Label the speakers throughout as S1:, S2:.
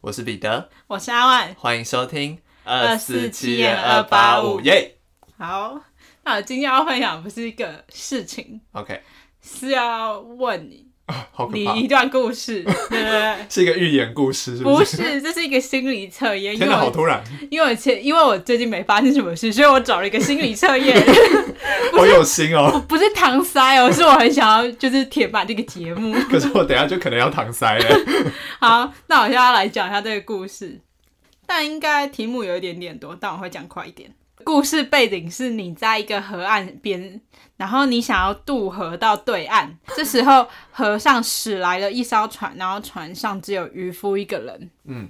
S1: 我是彼得，
S2: 我是阿万。
S1: 欢迎收听
S2: 247
S1: 285耶。
S2: 好，那我今天要分享不是一个事情，
S1: OK，哦
S2: 是要问你
S1: 好可
S2: 你
S1: 怕，
S2: 一段故事，对不对？
S1: 是一个寓言故事，是
S2: 不
S1: 是？
S2: 是，这是一个心理测验，因
S1: 天
S2: 为
S1: 哪，好
S2: 我
S1: 突然，
S2: 因为我前因为我最近没发生什么事，所以我找了一个心理 测验，
S1: 好有心哦。
S2: 不是搪塞哦，是我很想要就是填满这个节目。
S1: 可是我等一下就可能要搪塞了。
S2: 好，那我现在来讲一下这个故事，但应该题目有一点点多，但我会讲快一点。故事背景是你在一个河岸边，然后你想要渡河到对岸，这时候河上驶来了一艘船，然后船上只有渔夫一个人。
S1: 嗯，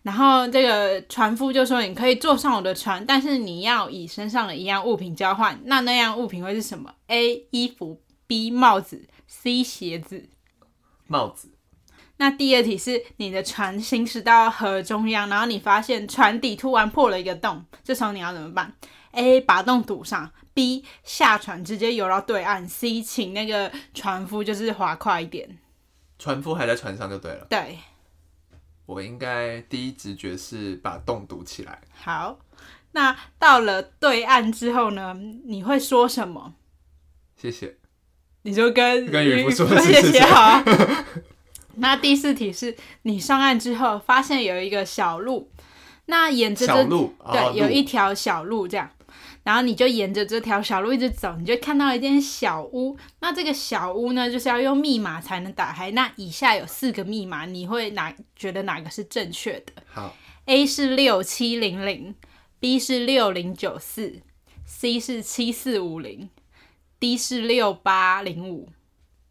S2: 然后这个船夫就说：“你可以坐上我的船，但是你要以身上的一样物品交换。那那样物品会是什么？A. 衣服，B. 帽子，C. 鞋子。”
S1: 帽子，
S2: 那第二题是你的船行驶到河中央，然后你发现船底突然破了一个洞，这时候你要怎么办？A. 把洞堵上；B. 下船直接游到对岸；C. 请那个船夫就是划快一点。
S1: 船夫还在船上就对了。
S2: 对，
S1: 我应该第一直觉是把洞堵起来。
S2: 好。那到了对岸之后呢？你会说什么？
S1: 谢谢。
S2: 你就跟
S1: 跟渔夫说
S2: 谢
S1: 谢谢
S2: 谢好啊。那第四题是你上岸之后发现有一个小路，那沿着
S1: 小
S2: 这
S1: 路，哦
S2: 对，有
S1: 路
S2: 一条小路这样，然后你就沿着这条小路一直走，你就看到一间小屋。那这个小屋呢，就是要用密码才能打开。那以下有四个密码，你会哪觉得哪个是正确的
S1: 好，
S2: ？A 是六七零零，B 是六零九四，C 是七四五零，D 是六八零五。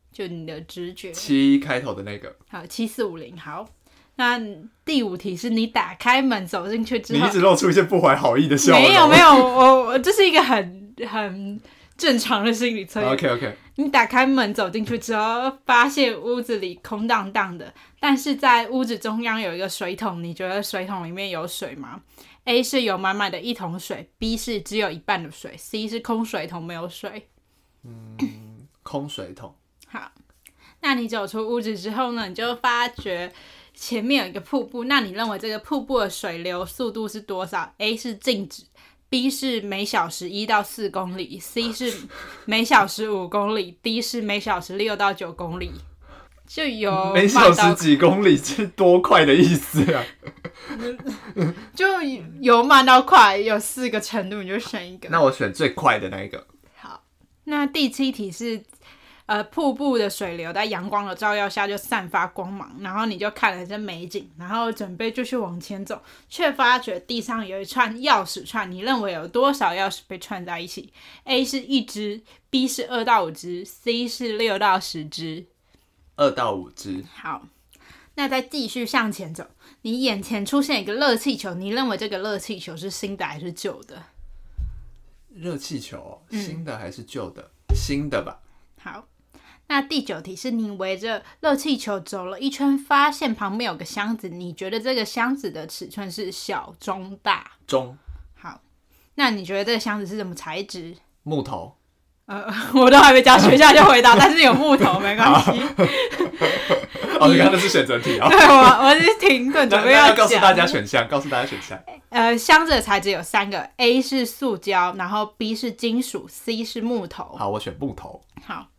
S2: 就你的直觉，
S1: 七开头的那个，
S2: 好，七四五零，好。那第五题是你打开门走进去之
S1: 你
S2: 后
S1: 一，直露出一些不怀好意的笑容。
S2: 没有没有，我我这是一个很很正常的心理测验。
S1: OK OK，
S2: 你打开门走进去之后，发现屋子里空荡荡的，但是在屋子中央有一个水桶，你觉得水桶里面有水吗？A 是有满满的一桶水，B 是只有一半的水，C 是空水桶没有水。
S1: 空水桶。
S2: 好，那你走出屋子之后呢，你就发觉。前面有一个瀑布，那你认为这个瀑布的水流速度是多少？A 是静止，B 是每小时一到四公里，C 是每小时五公里，D 是每小时六到九公里。就有
S1: 每小
S2: 报
S1: 时
S2: 道，
S1: 哎几公里是多快的意思啊？
S2: 就有慢到快，有四个程度，你就选一个。
S1: 那我选最快的那一个。
S2: 好，那第七题是，呃，瀑布的水流在阳光的照耀下就散发光芒，然后你就看了这美景，然后准备继续往前走，却发觉地上有一串钥匙串，你认为有多少钥匙被串在一起？A 是一只，B 是二到五只，C 是六到十只。
S1: 二到五只，
S2: 好，那再继续向前走，你眼前出现一个热气球，你认为这个热气球是新的还是旧的？
S1: 热气球哦、新的还是旧的？新的吧。
S2: 好，那第九题是你围着热气球走了一圈，发现旁边有个箱子，你觉得这个箱子的尺寸是小、中、大？
S1: 中
S2: 好，那你觉得这个箱子是什么材质？
S1: 木头，
S2: 呃，我都还没讲学校就回答，但是有木头没关系。
S1: 哦，你看那是选择题啊、哦。
S2: 对我，我是停顿，
S1: 那
S2: 准备
S1: 那要告
S2: 讲。
S1: 诉大家选项，告诉大家选项。
S2: 呃，箱子的材质有三个，A 是塑胶，然后 B 是金属，C 是木头。
S1: 好，我选木头。
S2: 好，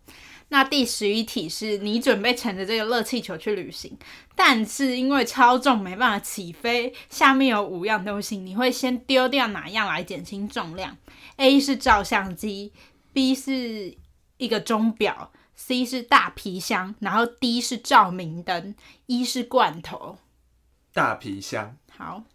S2: 那第十一题是你准备乘着这个热气球去旅行，但是因为超重没办法起飞，下面有五样东西，你会先丢掉哪样来减轻重量？A 是照相机，B 是一个钟表，C 是大皮箱，然后 D 是照明灯，E 是罐头。
S1: 大皮箱，
S2: 好。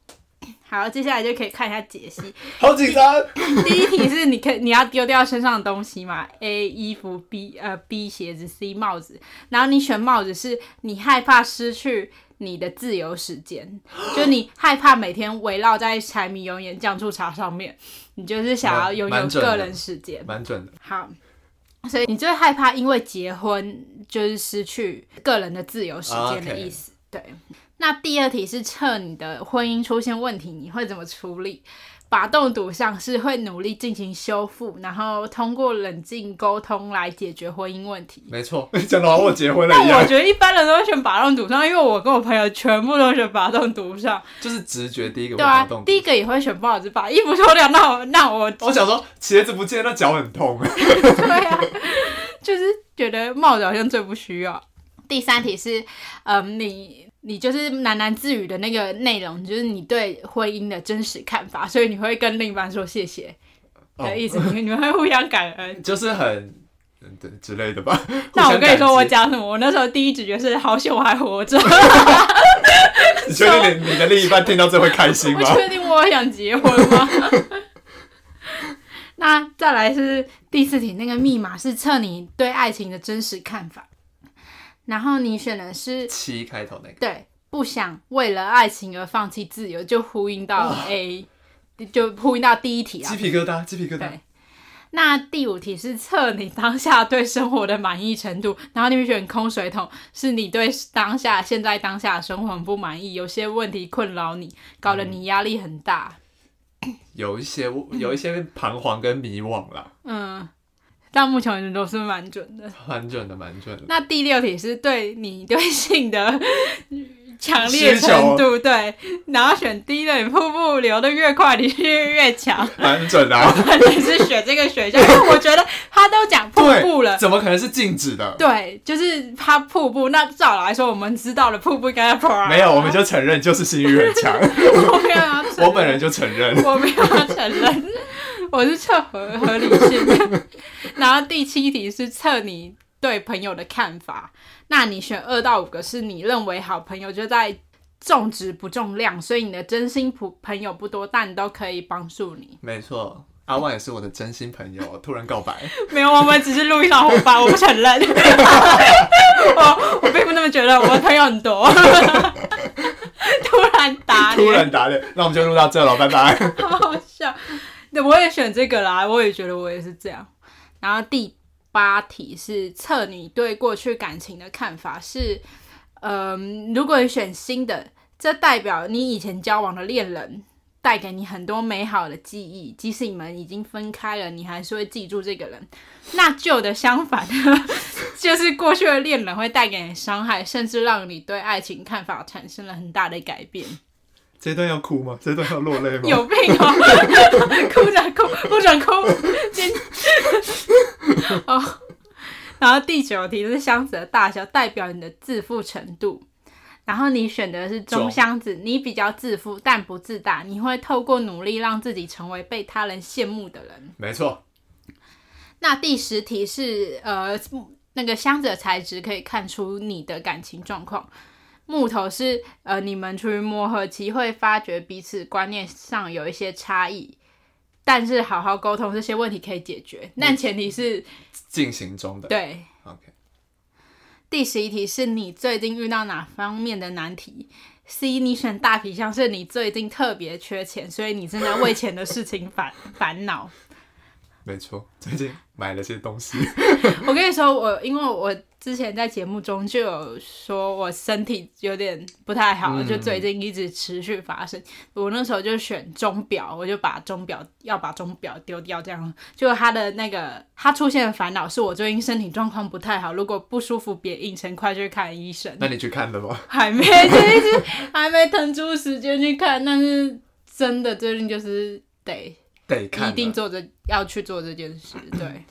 S2: 好，接下来就可以看一下解析。
S1: 好紧张。
S2: 第一题是你可以你要丢掉身上的东西嘛？A 衣服，B 呃 B 鞋子，C 帽子。然后你选帽子是你害怕失去你的自由时 间，就你害怕每天围绕在柴米油盐酱醋茶上面，你就是想要拥
S1: 蛮
S2: 有
S1: 蛮准的
S2: 个人时间。
S1: 蛮准的。
S2: 好，所以你最害怕因为结婚就是失去个人的自由时间的意思。对，那第二题是测你的婚姻出现问题，你会怎么处理？把动赌上是会努力进行修复，然后通过冷静沟通来解决婚姻问题。
S1: 没错， 讲的好像我结婚了
S2: 但
S1: 一
S2: 我
S1: 样，
S2: 觉得一般人都会选把动赌上，因为我跟我朋友全部都选把动赌上。
S1: 就是直觉第一个
S2: 对
S1: 会
S2: 啊
S1: 打动，。
S2: 第一个也会选不好，就把衣服脱掉。那我那我
S1: 我想说鞋子不见，那脚很痛。
S2: 对啊，就是觉得帽子好像最不需要。第三题是，嗯，你你就是喃喃自语的那个内容，就是你对婚姻的真实看法，所以你会跟另一半说谢谢
S1: 哦
S2: 的意思，你你们会互相感 恩。
S1: 就是很嗯对之类的吧。
S2: 那我跟你说，我
S1: 互相感激
S2: 讲什么？我那时候第一直觉是好险我还活 着，
S1: 你确定你你的另一半听到这会开心
S2: 不
S1: 吗？
S2: 确定我想结 婚吗？那再来是第四题，那个密码是测你对爱情的真实看法，然后你选的是
S1: 七开头那个，
S2: 对，不想为了爱情而放弃自由，就呼应
S1: 哦
S2: 到 A，、就呼应到第一题啊
S1: 鸡。皮疙瘩，鸡皮疙瘩
S2: 对。那第五题是测你当下对生活的满意程度，然后你们选空水桶，是你对当下现在当下的生活很不满意，有些问题困扰你，搞
S1: 嗯
S2: 得你压力很大。
S1: 有一些有一些彷徨跟迷惘 啦，
S2: 嗯，到目前为止都是蛮准的。
S1: 蛮准的，蛮准的。
S2: 那第六题是对你对 性的强烈
S1: 需求
S2: 程度，对，然后选 D 的，你瀑布流的越快，你是越强。
S1: 蛮准的、 啊。
S2: 你是选这个选项，因 为我觉得他都讲瀑布
S1: 对，
S2: 了。
S1: 怎么可能是静止的？
S2: 对，就是他瀑布。那照来说，我们知道了瀑布应该在
S1: 没有，我们就承认就是性欲很 强。
S2: 我没有要承认
S1: 我本人就承认，
S2: 我没有要承认，我是测合合理性。 然后第七题是测你对朋友的看法，那你选二到五个是你认为好朋友就在重质不重量，所以你的真心朋朋友不多，但都可以帮助你。
S1: 没错。阿万也是我的真心朋友，突然告 白，
S2: 没有，我们只是路上伙伴，我不承认。我我并不那么觉得，我朋友很多。突然打
S1: 突
S2: 脸，
S1: 然打脸，那我们就录到这了，拜 拜。
S2: 好好笑。对，我也选这个啦，我也觉得我也是这样。然后第八题是测你对过去感情的看法，是嗯、如果你选新的，这代表你以前交往的恋人。带给你很多美好的记忆，即使你们已经分开了，你还是会记住这个人。那旧的相反， 就是过去的恋人会带给你伤害，甚至让你对爱情看法产生了很大的改变。
S1: 这段要哭吗？这段要落泪吗？
S2: 有病哦、 哭着哭，不准哭，尖 哦。然后第九题是箱子的大小代表你的自负程度，然后你选的是中
S1: 中
S2: 箱子，你比较自负但不自大，你会透过努力让自己成为被他人羡慕的人。
S1: 没错，
S2: 那第十题是呃，木那个箱子的材质可以看出你的感情状况。木头是呃，你们处于磨合期会发觉彼此观念上有一些差异，但是好好沟通这些问题可以解决。但前提是
S1: 进行中的。
S2: 对。
S1: OK，
S2: 第十一题是你最近遇到哪方面的难题？C，你选大皮箱是你最近特别缺钱，所以你正在为钱的事情烦烦恼。
S1: 没错，最近买了些东 西，
S2: 我跟你说，我因为我之前在节目中就有说我身体有点不太好，
S1: 嗯
S2: 就最近一直持续发生。我那时候就选钟表，我就把钟表要把钟表丢掉，这样就它的那个它出现的烦恼是我最近身体状况不太好，如果不舒服别硬撑，快去看 医生。
S1: 那你去看了吗？
S2: 还没，就一直还没腾出时间去看，但是真的最近就是得
S1: 得看了，
S2: 一定做这要去做这件事，对。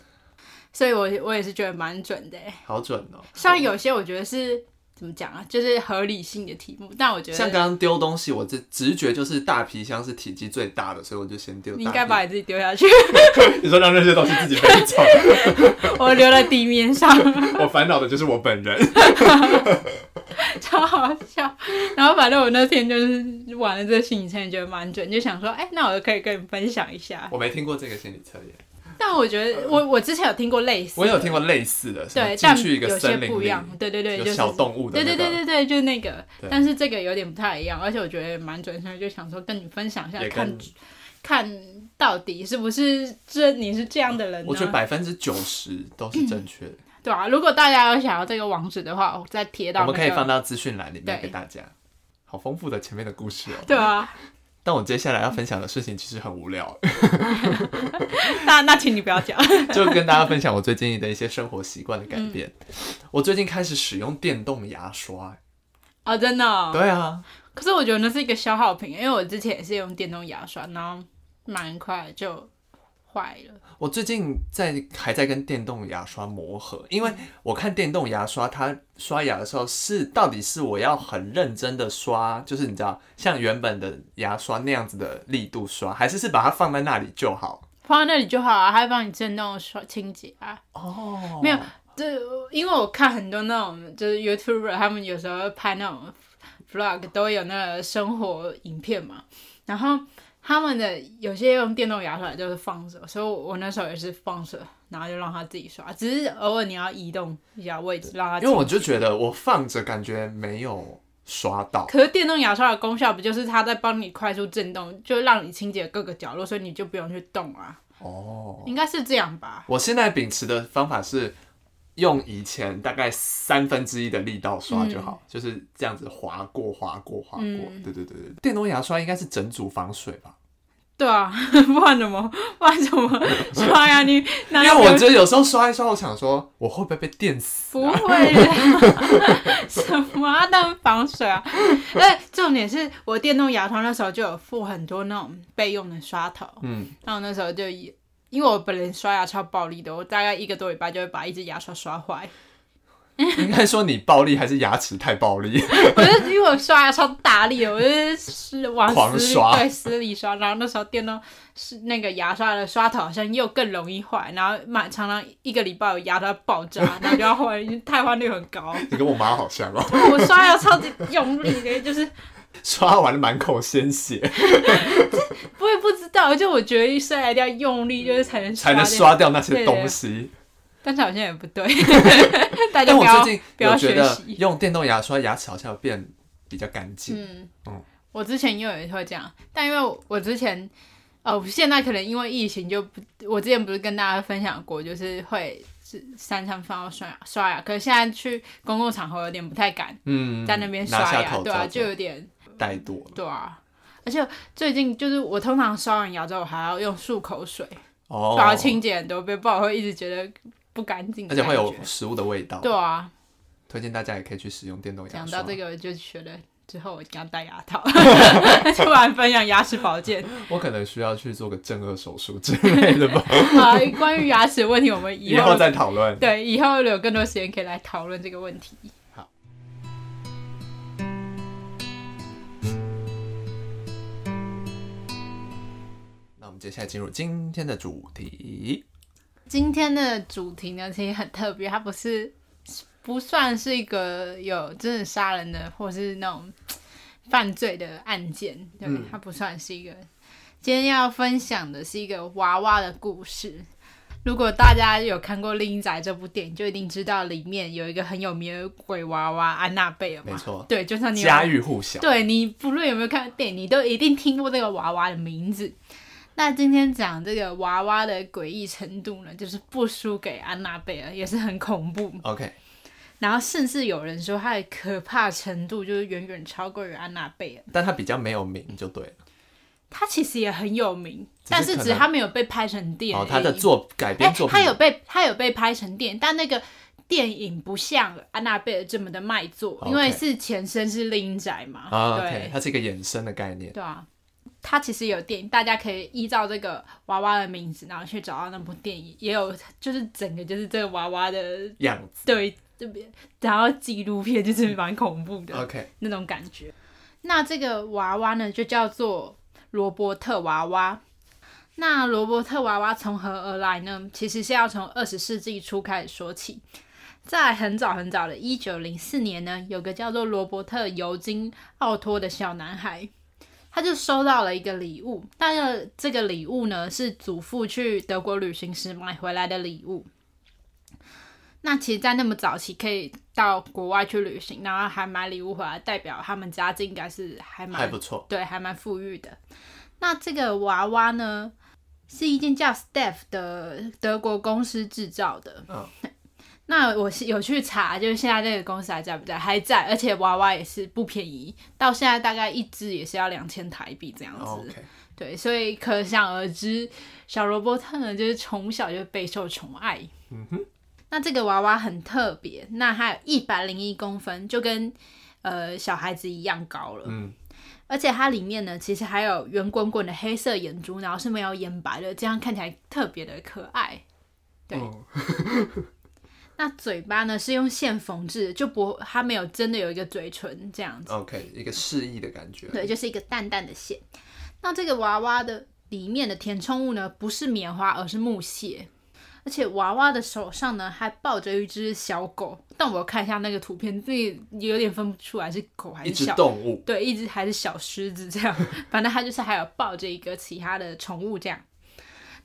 S2: 所以我，我也是觉得蛮准的欸。
S1: 好准哦。
S2: 像有些我觉得是怎么讲啊，就是合理性的题目，但我觉
S1: 像
S2: 得
S1: 刚刚丢东西，我这直觉就是大皮箱是体积最大的，所以我就先丢大皮。
S2: 你应该把你自己丢 下去，
S1: 你说让那些东西自己飞 走，
S2: 我留在地面上，
S1: 我烦恼的就是我本人。
S2: 超好笑。然后反正我那天就是玩了这个心理测验，觉得蛮准，就想说，哎、那我可以跟你分享一下。
S1: 我没听过这个心理测验，但
S2: 但我觉得我我之前有听过类似，
S1: 我有听过类似的，什么
S2: 对，
S1: 进
S2: 但
S1: 去一个
S2: 有些
S1: 森林
S2: 不一
S1: 里，
S2: 样，对对对，就
S1: 有
S2: 是
S1: 小动物的、
S2: 对
S1: 那
S2: 对
S1: 个。
S2: 对对对，就是那个
S1: 对，
S2: 但是这个有点不太一样，而且我觉得蛮准，所以就想说跟你分享一下，
S1: 也
S2: 看
S1: 跟
S2: 看到底是不是这你是这样的人呢？
S1: 我觉得百分之九十都是正确的，
S2: 对啊，如果大家有想要这个网址的话，我再贴到、
S1: 我
S2: 那个
S1: 们可以放到资讯栏里面
S2: 啊
S1: 给
S2: 对
S1: 大家。好丰富的前面的故事哦。
S2: 对啊，
S1: 但我接下来要分享的事情其实很无聊，
S2: 那那请你不要讲。
S1: 就跟大家分享我最近的一些生活习惯的改
S2: 嗯
S1: 变。我最近开始使用电动牙刷，
S2: 哦，真的、哦。
S1: 对啊，
S2: 可是我觉得那是一个消耗品，因为我之前也是用电动牙刷，然后蛮快就坏了。
S1: 我最近在还在跟电动牙刷磨合，因为我看电动牙刷，它刷牙的时候是到底是我要很认真的刷，就是你知道像原本的牙刷那样子的力度刷，还是是把它放在那里就好？
S2: 放在那里就好啊，它会帮你震动刷清洁啊。
S1: 哦
S2: 没有对，因为我看很多那种就是 YouTuber，他们有时候会拍那种 vlog，都会有那个生活影片嘛。然后他们的有些用电动牙刷就是放着，所以我我那时候也是放着，然后就让它自己刷，只是偶尔你要移动一下位置让它。
S1: 因为我就觉得我放着感觉没有刷到，
S2: 可是电动牙刷的功效不就是它在帮你快速震动，就让你清洁各个角落，所以你就不用去动啊。
S1: 哦，
S2: 应该是这样吧？
S1: 我现在秉持的方法是用以前大概三分之一的力道刷就好，就是这样子划过、划过、划过。
S2: 嗯
S1: 对对对对，电动牙刷应该是整组防水吧？
S2: 对啊， 不然怎么，不然怎么刷呀？你
S1: 因
S2: 难
S1: 为
S2: 道
S1: 我觉得有时候刷一刷，我想说我会不会被电死？啊
S2: 不会啦， 什么啊？当然防水 啊！哎，重点是我电动牙刷那时候就有附很多那种备用的刷头，
S1: 嗯，
S2: 然后那时候就也因为我本人刷牙超暴力的，我大概一个多礼拜就会把一只牙刷刷坏。
S1: 应该说你暴力还是牙齿太暴力？
S2: 我就因为我刷牙超大力的，我就是往
S1: 狂
S2: 死里
S1: 刷
S2: 对死里刷，然后那时候电动是那个牙刷的刷头好像又更容易坏，然后蛮常常一个礼拜我牙都要爆炸，然后就要换，因为汰换率很高。
S1: 你跟我妈好像哦，
S2: 我刷牙超级用力的，就是
S1: 刷完满口鲜 血
S2: 我也不知道，就我觉得虽然一定要用力，就是才能
S1: 才能
S2: 刷
S1: 刷掉
S2: 掉，
S1: 那些
S2: 对对
S1: 东西。
S2: 但是好像也 不对。大
S1: 但
S2: 家不
S1: 我
S2: 要
S1: 最近
S2: 啊不要
S1: 有觉
S2: 学
S1: 得
S2: 习。
S1: 用电动牙刷牙齿好像有变比较干净。
S2: 嗯
S1: 嗯，
S2: 我之前也有一次会这样，但因为我之前，呃，我现在可能因为疫情就不，我之前不是跟大家分享过，就是会是三餐放到刷牙刷牙，可是现在去公共场合有点不太敢
S1: 嗯，
S2: 在那边
S1: 拿
S2: 刷
S1: 下
S2: 牙，
S1: 口
S2: 对啊，
S1: 罩
S2: 就有点
S1: 怠惰 了。
S2: 对啊。而且最近就是我通常刷完牙之后，我还要用漱口水，
S1: 哦
S2: 把它清洁很多遍，不然我会一直觉得不干净的
S1: 而且
S2: 感觉，
S1: 会有哦食物的味道。
S2: 对啊，
S1: 推荐大家也可以去使用电动牙
S2: 讲
S1: 刷。
S2: 到这个，我就觉得之后我一定要戴牙 套，突然分享牙齿保健。
S1: 我可能需要去做个正颌手术之类的吧，
S2: 啊，关于牙齿的问题，我们 以
S1: 以
S2: 后
S1: 后再讨论。
S2: 对以后有更多时间可以来讨论这个问题。
S1: 好。那我们接下来进入今天的主题，
S2: 今天的主题呢，其实很特别，它不是不算是一个有真的杀人的，或是那种犯罪的案件，对，
S1: 嗯
S2: 它不算是一个。今天要分享的是一个娃娃的故事。如果大家有看过《丽英仔》这部电影，就一定知道里面有一个很有名的鬼娃娃安娜贝尔嘛。
S1: 没错
S2: 对，就算你有
S1: 家喻户晓。
S2: 对你不论有没有看电影，你都一定听过这个娃娃的名字。那今天讲这个娃娃的诡异程度呢，就是不输给安娜贝尔，也是很恐怖。
S1: OK，
S2: 然后甚至有人说它的可怕程度就是远远超过于安娜贝尔。
S1: 但它比较没有名就对了。
S2: 它其实也很有名，
S1: 是
S2: 但是
S1: 可
S2: 只是
S1: 能
S2: 它没有被拍成电影。哎
S1: 哦，它的作改编作品，
S2: 它有被它有被拍成电影，但那个电影不像安娜贝尔这么的卖座
S1: 哦 OK
S2: 因为是前身是《另一宅》嘛。
S1: 啊
S2: 对。
S1: ，OK，它是一个衍生的概念。
S2: 对啊，它其实有电影，大家可以依照这个娃娃的名字，然后去找到那部电影，也有就是整个就是这个娃娃的
S1: 样子
S2: 对这边，然后纪录片就是蛮恐怖的、
S1: ，OK，
S2: 那种感觉。那这个娃娃呢，就叫做罗伯特娃娃。那罗伯特娃娃从何而来呢？其实是要从二十世纪初开始说起。在很早很早的一九零四年呢，有个叫做罗伯特·尤金·奥托的小男孩，他就收到了一个礼物。那个这个礼物呢，是祖父去德国旅行时买回来的礼物。那其实，在那么早期可以到国外去旅行，然后还买礼物回来，代表他们家境应该是还蛮
S1: 还不错。
S2: 对，还蛮富裕的。那这个娃娃呢，是一间叫 Steff 的德国公司制造的。
S1: 嗯
S2: 那我是有去查，就是现在这个公司还在不在？还在，而且娃娃也是不便宜，到现在大概一只也是要两千台币这样子。
S1: 哦 OK，
S2: 对，所以可想而知，小罗伯特呢，就是从小就备受宠爱。
S1: 嗯哼，
S2: 那这个娃娃很特别，那它有一百零一公分，就跟呃小孩子一样高了。
S1: 嗯，
S2: 而且它里面呢，其实还有圆滚滚的黑色眼珠，然后是没有眼白的，这样看起来特别的可爱。对
S1: 哦
S2: 那嘴巴呢是用线缝制的，就不它没有真的有一个嘴唇这样子。
S1: ，OK，一个示意的感觉。
S2: 对，就是一个淡淡的线。那这个娃娃的里面的填充物呢，不是棉花，而是木屑。而且娃娃的手上呢，还抱着一只小狗。但我看一下那个图片，这有点分不出来是狗还
S1: 一
S2: 是
S1: 只
S2: 小。
S1: 动物，
S2: 对，一只还是小狮子这样，反正它就是还有抱着一个其他的宠物这样。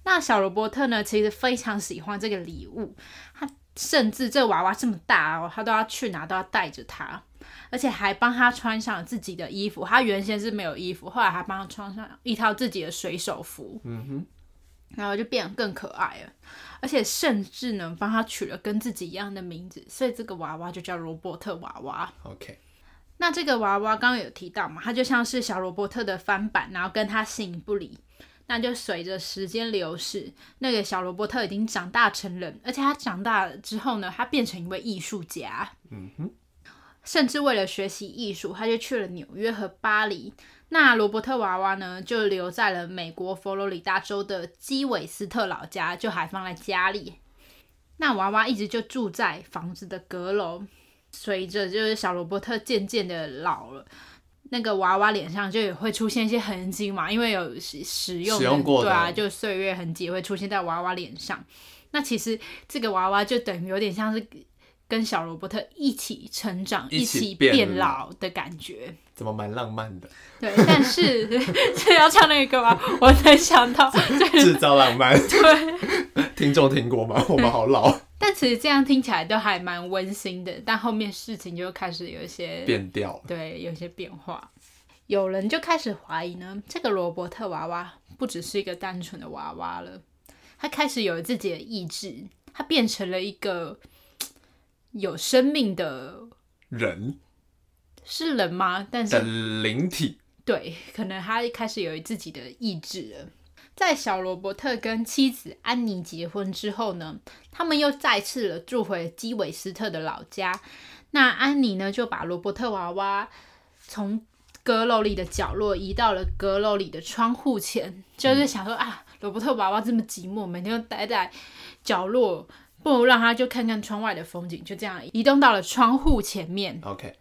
S2: 那小罗伯特呢，其实非常喜欢这个礼物，他甚至这娃娃这么大哦，他都要去哪都要带着它，而且还帮他穿上自己的衣服。他原先是没有衣服，后来还帮他穿上一套自己的水手服，
S1: 嗯哼，
S2: 然后就变得更可爱了。而且甚至呢，帮他取了跟自己一样的名字，所以这个娃娃就叫罗伯特娃娃。
S1: OK，
S2: 那这个娃娃刚刚有提到嘛，它就像是小罗伯特的翻版，然后跟他形影不离。那就随着时间流逝，那个小罗伯特已经长大成人，而且他长大了之后呢，他变成一位艺术家，
S1: 嗯哼，
S2: 甚至为了学习艺术，他就去了纽约和巴黎。那罗伯特娃娃呢，就留在了美国佛罗里达州的基韦斯特老家，就还放在家里。那娃娃一直就住在房子的阁楼。随着就是小罗伯特渐渐的老了，那个娃娃脸上就也会出现一些痕迹嘛，因为有使使用
S1: 使
S2: 的
S1: 用过的
S2: 对啊，就岁月痕迹也会出现在娃娃脸上。那其实这个娃娃就等于有点像是跟小罗伯特一起成长、
S1: 一
S2: 一
S1: 起
S2: 起
S1: 变
S2: 变老的感觉。
S1: 怎么蛮浪漫的，
S2: 对， 但是是要唱那个吗？我才想到，
S1: 制造浪漫。 对，听众听过吗？我们好老，
S2: 但其实这样听起来都还蛮温馨的，但后面事情就开始有一些
S1: 变调了。
S2: 对，有一些变化。有人就开始怀疑呢，这个罗伯特娃娃不只是一个单纯的娃娃了，他开始有了自己的意志，他变成了一个有生命的，
S1: 人
S2: 是人吗？但是
S1: 的灵体，
S2: 对，可能他一开始有自己的意志了。在小罗伯特跟妻子安妮结婚之后呢，他们又再次了住回基韦斯特的老家。那安妮呢，就把罗伯特娃娃从阁楼里的角落移到了阁楼里的窗户前，就是想说、啊，罗伯特娃娃这么寂寞，每天都待在角落，不如让他就看看窗外的风景。就这样移动到了窗户前面。
S1: OK，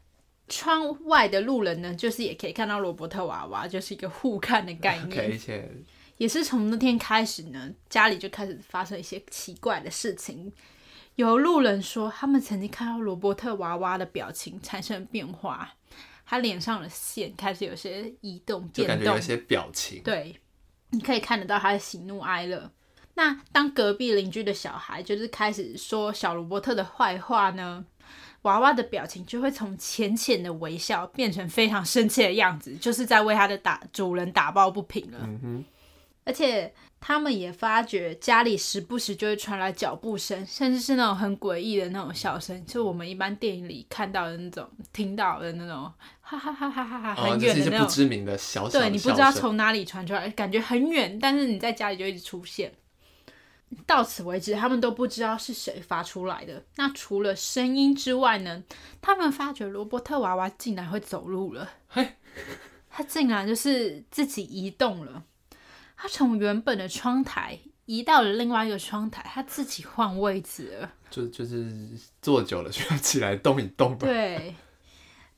S2: 窗外的路人呢，就是也可以看到罗伯特娃娃，就是一个互看的概念。
S1: OK，一切
S2: 也是从那天开始呢，家里就开始发生一些奇怪的事情。有路人说，他们曾经看到罗伯特娃娃的表情产生变化，他脸上的线开始有些移动
S1: 就感觉
S2: 变
S1: 有
S2: 动
S1: 一，些表情。
S2: 对，你可以看得到他的喜怒哀乐。那当隔壁邻居的小孩就是开始说小罗伯特的坏话呢，娃娃的表情就会从浅浅的微笑变成非常生气的样子，就是在为他的打主人打抱不平了。
S1: 嗯哼，
S2: 而且他们也发觉家里时不时就会传来脚步声，甚至是那种很诡异的那种笑声，就我们一般电影里看到的那种、听到的那种，哈哈哈哈哈哈，
S1: 哦，
S2: 啊很
S1: 就是
S2: 远
S1: 一些
S2: 的那
S1: 不
S2: 种。
S1: 知名的小小的
S2: 对你不
S1: 笑
S2: 知道
S1: 声
S2: 从哪里传出来，感觉很远，但是你在家里就一直出现。到此为止，他们都不知道是谁发出来的。那除了声音之外呢？他们发觉罗伯特娃娃竟然会走路了
S1: 嘿，
S2: 他竟然就是自己移动了。他从原本的窗台移到了另外一个窗台，他自己换位置了。
S1: 就就是坐久了需要起来动一动吧。
S2: 对，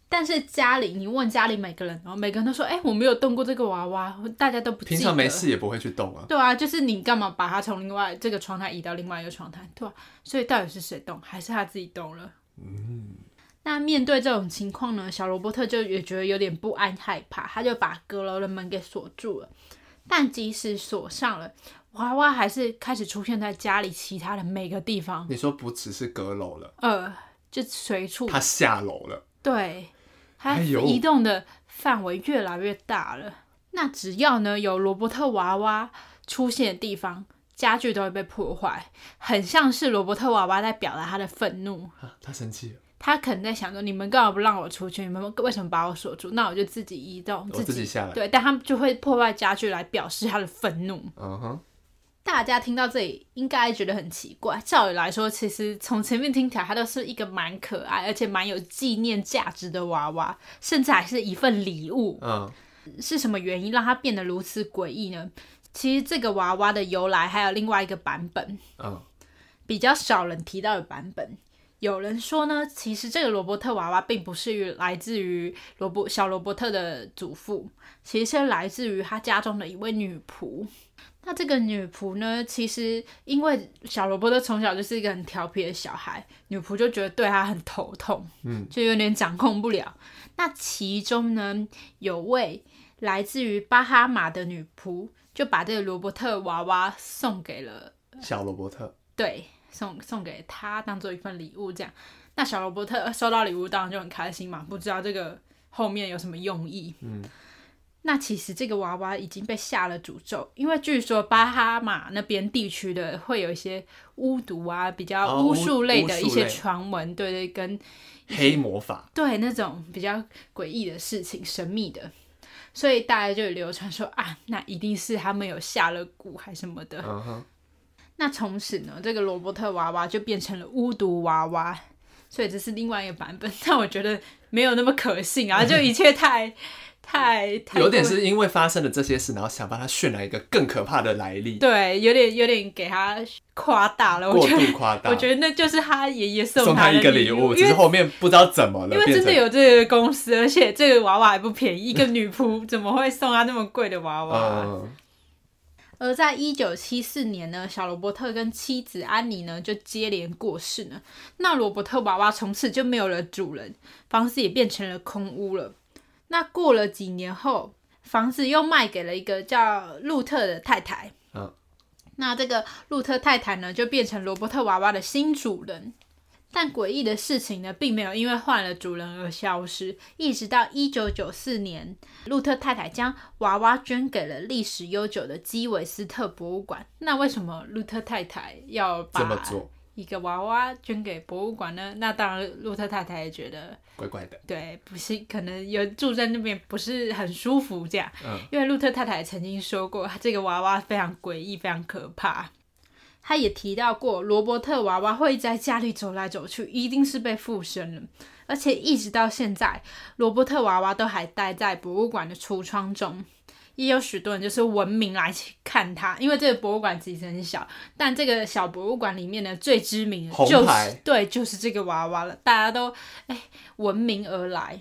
S2: 但是家里你问家里每个人，然后每个人都说：“哎、我没有动过这个娃娃，大家都不记得。”
S1: 平常没事也不会去动啊。
S2: 对啊，就是你干嘛把它从另外这个窗台移到另外一个窗台？对啊，所以到底是谁动，还是他自己动了？嗯。那面对这种情况呢，小罗伯特就也觉得有点不安害怕，他就把阁楼的门给锁住了。但即使锁上了，娃娃还是开始出现在家里其他的每个地方，
S1: 你说不只是阁楼了，
S2: 呃，就随处
S1: 他下楼了。
S2: 对，它
S1: 哎呦
S2: 移动的范围越来越大了。那只要呢有罗伯特娃娃出现的地方，家具都会被破坏，很像是罗伯特娃娃在表达他的愤怒。
S1: 啊他生气了，
S2: 他可能在想说，你们干嘛不让我出去？你们为什么把我锁住？那我就自己移动，
S1: 我自己下来。
S2: 对，但他们就会破坏家具来表示他的愤怒。
S1: 嗯哼，
S2: 大家听到这里应该觉得很奇怪。照理来说，其实从前面听起来，它都是一个蛮可爱，而且蛮有纪念价值的娃娃，甚至还是一份礼物。
S1: 嗯，
S2: 是什么原因让它变得如此诡异呢？其实这个娃娃的由来还有另外一个版本，
S1: 嗯，
S2: 比较少人提到的版本。有人说呢，其实这个罗伯特娃娃并不是于来自于罗伯小罗伯特的祖父，其实是来自于他家中的一位女仆。那这个女仆呢，其实因为小罗伯特从小就是一个很调皮的小孩，女仆就觉得对他很头痛，
S1: 嗯，
S2: 就有点掌控不了。那其中呢，有位来自于巴哈马的女仆，就把这个罗伯特娃娃送给了
S1: 小罗伯特，
S2: 对，送送给他当做一份礼物这样。那小罗伯特收到礼物当然就很开心嘛，不知道这个后面有什么用意。
S1: 嗯，
S2: 那其实这个娃娃已经被下了诅咒，因为据说巴哈马那边地区的会有一些巫毒啊，比较
S1: 哦
S2: 巫
S1: 巫
S2: 术类的
S1: 巫
S2: 一
S1: 术
S2: 些
S1: 类
S2: 传闻，对对，跟
S1: 黑魔法，
S2: 对那种比较诡异的事情、神秘的，所以大家就有流传说啊，那一定是他们有下了蛊还什么的。
S1: 嗯哼，
S2: 那从此呢，这个罗伯特娃娃就变成了巫毒娃娃，所以这是另外一个版本。 但我觉得没有那么可信啊，就一 切太太太
S1: 有点
S2: 过
S1: 是因为发生了这些事，然后想帮他渲染一个更可怕的来历，
S2: 对，有点有点给他夸大了。我
S1: 过
S2: 觉得
S1: 度夸大
S2: 我。觉得那就是他爷爷送
S1: 送他
S2: 他的
S1: 一个
S2: 礼
S1: 礼物，
S2: 因
S1: 只
S2: 为
S1: 是后面不知道怎么了，
S2: 因为
S1: 呃变
S2: 真的
S1: 成
S2: 有这个公司，而且这个娃娃还不便宜，一个 女仆怎么会送她那么贵的娃娃？
S1: 嗯
S2: 而在一九七四年呢，小罗伯特跟妻子安妮呢就接连过世呢。那罗伯特娃娃从此就没有了主人，房子也变成了空屋了。那过了几年后，房子又卖给了一个叫路特的太太。
S1: 嗯，
S2: 那这个路特太太呢，就变成罗伯特娃娃的新主人。但诡异的事情呢，并没有因为换了主人而消失，一直到一九九四年，路特太太将娃娃捐给了历史悠久的基韦斯特博物馆。那为什么路特太太要把
S1: 这么做
S2: 一个娃娃捐给博物馆呢？那当然，路特太太也觉得
S1: 怪怪的，
S2: 对，不是可能有住在那边不是很舒服这样。
S1: 嗯
S2: 因为路特太太曾经说过，这个娃娃非常诡异，非常可怕。她也提到过，罗伯特娃娃会在家里走来走去，一定是被附身了。而且一直到现在，罗伯特娃娃都还待在博物馆的橱窗中。也有许多人就是闻名来去看它，因为这个博物馆其实很小，但这个小博物馆里面呢，最知名的
S1: 红
S2: 就是
S1: 牌
S2: 对，就是这个娃娃了，大家都哎闻名而来，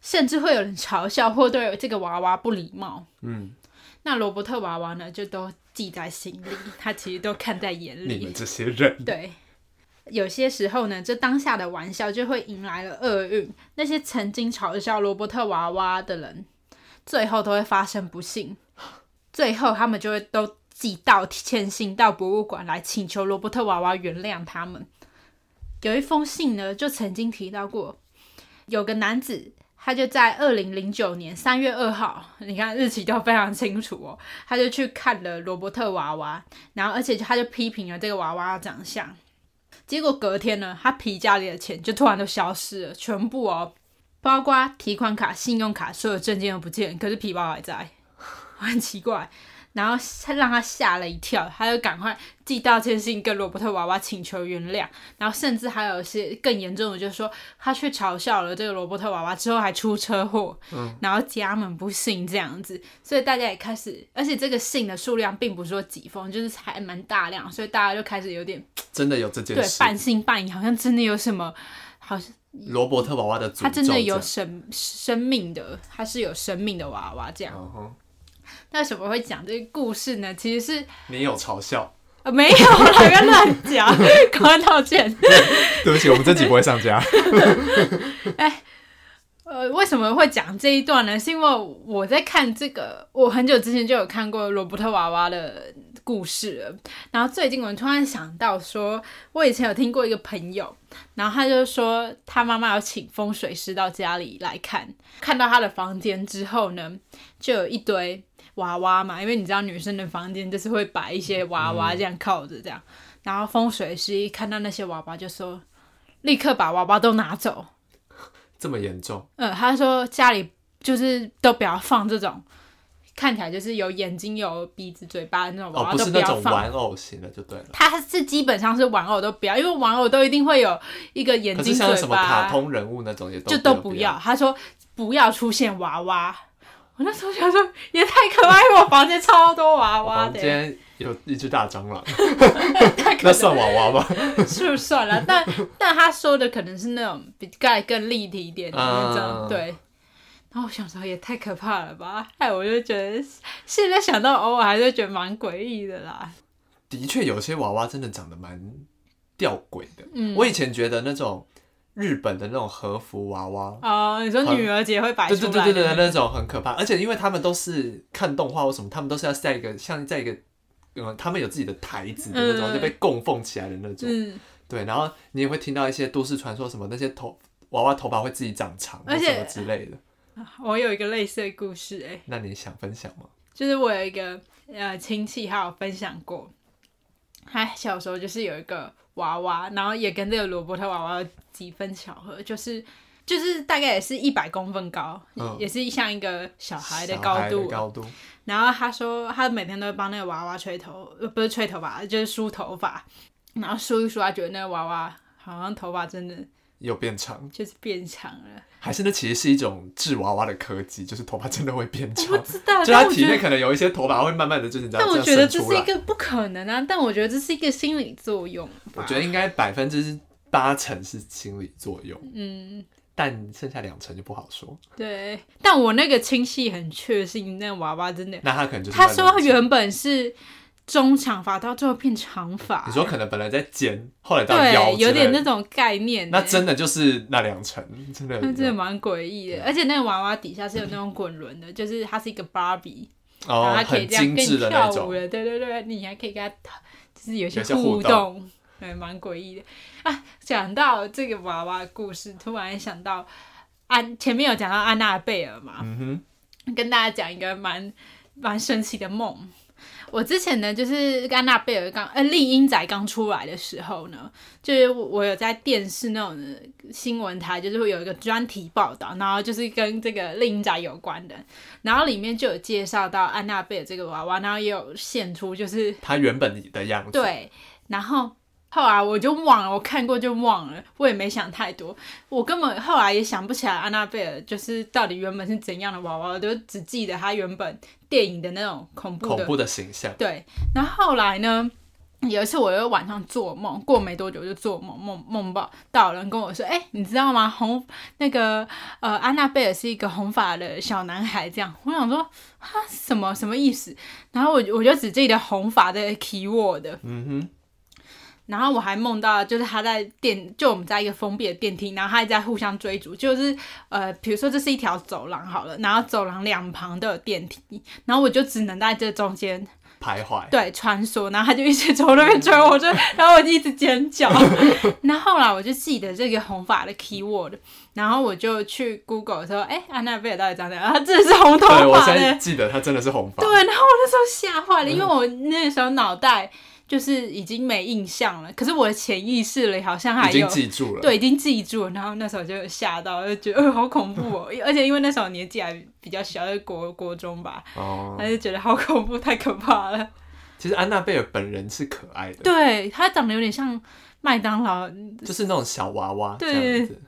S2: 甚至会有人嘲笑或对这个娃娃不礼貌。
S1: 嗯，
S2: 那罗伯特娃娃呢，就都记在心里，他其实都看在眼
S1: 你
S2: 里
S1: 们。这些 人，
S2: 对，有些时候呢，这当下的玩笑就会迎来了厄运。那些曾经嘲笑罗伯特娃娃的人，最后都会发生不幸，最后他们就会都寄到歉信到博物馆来请求罗伯特娃娃原谅他们。有一封信呢，就曾经提到过，有个男子，他就在二零零九年三月二号，你看日期都非常清楚哦，他就去看了罗伯特娃娃，然后而且他就批评了这个娃娃的长相。结果隔天呢，他皮夹里的钱就突然都消失了，全部哦，包括提款卡、信用卡，所有证件都不见，可是皮包还在， 很奇怪。然后他让他吓了一跳，他就赶快寄道歉信跟罗伯特娃娃请求原谅，然后甚至还有一些更严重的，就是说他去嘲笑了这个罗伯特娃娃之后还出车祸，然后家门不幸这样子，所以大家也开始，而且这个信的数量并不是说几封，就是还蛮大量，所以大家就开始有点
S1: 真的有这件
S2: 对
S1: 事。
S2: 半信半疑，好像真的有什么，好像
S1: 罗伯特娃娃的诅咒，
S2: 他真的
S1: 这
S2: 有
S1: 样
S2: 生生命的，他是有生命的娃娃这样。
S1: 嗯哼，
S2: 那为什么会讲这个故事呢？其实是
S1: 你有嘲笑，
S2: 呃没有啦，不要乱讲， 赶快道歉。
S1: 对不起，我们这集不会上 架。
S2: 呃，为什么会讲这一段呢？是因为我在看这个，我很久之前就有看过罗伯特娃娃的故事了。然后最近我突然想到说，我以前有听过一个朋友，然后他就说他妈妈有请风水师到家里来看，看到他的房间之后呢，就有一堆。娃娃嘛，因为你知道女生的房间就是会摆一些娃娃这样靠着这样，然后风水师一看到那些娃娃就说，立刻把娃娃都拿走。
S1: 这么严重，
S2: 嗯，他说家里就是都不要放这种看起来就是有眼睛、有鼻子、嘴巴的那种娃
S1: 哦，
S2: 娃、
S1: 不
S2: 都
S1: 是那
S2: 要
S1: 种
S2: 放。
S1: 玩偶型的就对了。
S2: 他是基本上是玩偶都不要，因为玩偶都一定会有一个眼
S1: 可
S2: 睛、
S1: 是像
S2: 嘴
S1: 什么卡
S2: 巴，
S1: 通人物那种也都
S2: 就
S1: 都
S2: 都不要。他说不要出现娃娃。我那时候想说也太可爱，因为我房间超多娃
S1: 我
S2: 娃
S1: 房
S2: 的耶，
S1: 间有一只大蟑螂，
S2: 太可
S1: 那
S2: 爱
S1: 算娃娃吗？
S2: 是 算了，但但他说的可能是那种比盖更立体一点的那种，
S1: 嗯
S2: 对。然后我想说也太可怕了吧，哎，我就觉得现在想到偶尔还是觉得蛮诡异的啦。
S1: 的确，有些娃娃真的长得蛮吊诡的。
S2: 嗯
S1: 我以前觉得那种日本的那种和服娃娃，
S2: 哦，你说
S1: 好
S2: 女儿节会摆出
S1: 对
S2: 来
S1: 对对
S2: 的那
S1: 对
S2: 种？
S1: 对，那种很可怕。而且因为他们都是看动画或什么，他们都是要在一个像在一个。嗯，他们有自己的台子的那种，
S2: 嗯
S1: 就被供奉起来的那种。
S2: 嗯，
S1: 对，然后你也会听到一些都市传说，什么那些头娃娃头发会自己长长，啊
S2: 而且
S1: 什么之类的。
S2: 我有一个类似的故事、哎，
S1: 那你想分享吗？
S2: 就是我有一个呃亲戚，他有分享过，他小时候就是有一个娃娃，然后也跟这个罗伯特娃娃有几分巧合，就是就是大概也是一百公分高，
S1: 嗯
S2: 也是像一个小孩的
S1: 小
S2: 高
S1: 的
S2: 度。啊
S1: 高度，
S2: 然后他说，他每天都会帮那个娃娃吹头，呃不是吹头发，就是梳头发，然后梳一梳，他觉得那个娃娃好像头发真的
S1: 又变长，
S2: 就是变长了。
S1: 还是那其实是一种治娃娃的科技，就是头发真的会变长
S2: 我。知道，
S1: 就
S2: 但
S1: 他
S2: 我
S1: 体
S2: 觉得
S1: 内可能有一些头发会慢慢的，就是你知道
S2: 但我
S1: 样
S2: 觉得
S1: 生
S2: 这
S1: 出
S2: 是一
S1: 来。
S2: 个不可能啊！但我觉得这是一个心理作用。
S1: 我觉得，应该百分之八成是心理作用，
S2: 嗯，
S1: 但剩下两成就不好说。
S2: 对。但我那个亲戚很确信，那娃娃真的，
S1: 那他可能就是
S2: 他
S1: 慢慢
S2: 说
S1: 长
S2: 原本是中长发，到最后变长发。
S1: 你说可能本来在尖，后来到腰之类
S2: 对，
S1: 的，
S2: 有点那种概念。欸
S1: 那真的就是那两成，真的
S2: 那真的蛮诡异
S1: 对
S2: 的，而且那个娃娃底下是有那种滚轮的，就是它是一个芭比，然
S1: 哦，
S2: 后它可以
S1: 很
S2: 这样
S1: 精
S2: 跟你
S1: 致的那
S2: 跳舞
S1: 种，
S2: 的，对对对，你还可以跟它就是有
S1: 有些互
S2: 互
S1: 动
S2: 动，对，蛮诡异的啊。讲到这个娃娃的故事，突然想到安前面有讲到安娜贝尔嘛，
S1: 嗯哼，
S2: 跟大家讲一个蛮蛮神奇的梦。我之前呢，就是安娜贝尔刚呃丽英仔刚出来的时候呢，就是我我有在电视那种呃新闻台，就是会有一个专题报道，然后就是跟这个丽英仔有关的，然后里面就有介绍到安娜贝尔这个娃娃，然后也有现出就是
S1: 他原本的样子，，
S2: 对，然后后来我就忘了，我看过就忘了，我也没想太多，我根本后来也想不起来安娜贝尔就是到底原本是怎样的娃娃，我就只记得她原本电影的那种恐怖
S1: 恐
S2: 的。
S1: 怖的形象，
S2: 对，然后后来呢？有一次，我又晚上做梦，过没多久就做梦，梦梦到到有人跟我说：“哎、你知道吗？红那个呃，安娜贝尔是一个红发的小男孩。”这样，我想说啊，什么什么意思？然后我我就只记得红发的 keyword，
S1: 嗯
S2: 然后我还梦到，就是他在电，就我们在一个封闭的电梯，然后他在互相追逐，就是呃，比如说这是一条走廊好了，然后走廊两旁都有电梯，然后我就只能在这中间
S1: 哼，徘徊，
S2: 对穿梭，然后他就一直从那边追我，我就然后我就一直尖叫， 然后后来我就记得这个红发的 keyword，然后我就去 Google 说，哎，安娜贝尔到底长怎样？然后真的是红头
S1: 对我
S2: 发
S1: 现
S2: 的，
S1: 在记得他真的是红发，
S2: 对，然后我那时候吓坏
S1: 嗯
S2: 了，因为我那个时候脑袋就是已经没印象了，可是我的潜意识里好像还
S1: 已经
S2: 有。
S1: 记住了，
S2: 对，已经记住了，然后那时候就吓到，就觉得、 呃、好恐怖 哦！而且因为那时候年纪还比较小，就是国国中吧，
S1: 哦，
S2: 他就觉得好恐怖，太可怕 了。
S1: 其实安娜贝尔本人是可爱的，
S2: 对，他长得有点像麦当劳，
S1: 就是那种小娃娃这
S2: 对
S1: 样子，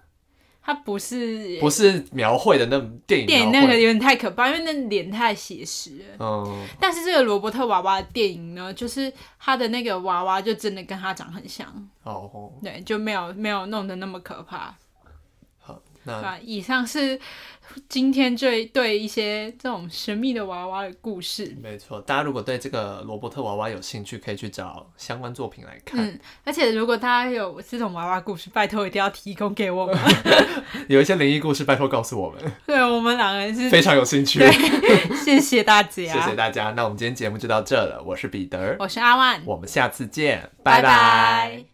S2: 他不是
S1: 不是描绘的那种电影
S2: 电影
S1: 描
S2: 那个
S1: 绘，
S2: 有点太可怕，因为那脸太写实了。
S1: 嗯，
S2: 但是这个罗伯特娃娃的电影呢，就是他的那个娃娃就真的跟他长很像。
S1: 哦，
S2: 对，就没有没有弄得那么可怕，
S1: 好，
S2: 对
S1: 那
S2: 吧？以上是今天最对一些这种神秘的娃娃的故事。
S1: 没错，大家如果对这个罗伯特娃娃有兴趣，可以去找相关作品来看。
S2: 嗯，而且如果大家有这种娃娃故事，拜托一定要提供给我们，
S1: 嗯
S2: 嗯
S1: 有一些灵异故事，拜托告诉我们，
S2: 对我们两个人是
S1: 非常有兴趣。
S2: 谢谢大家，
S1: 谢谢大家，那我们今天节目就到这了，我是彼得，
S2: 我是阿万，
S1: 我们下次见，拜
S2: 拜拜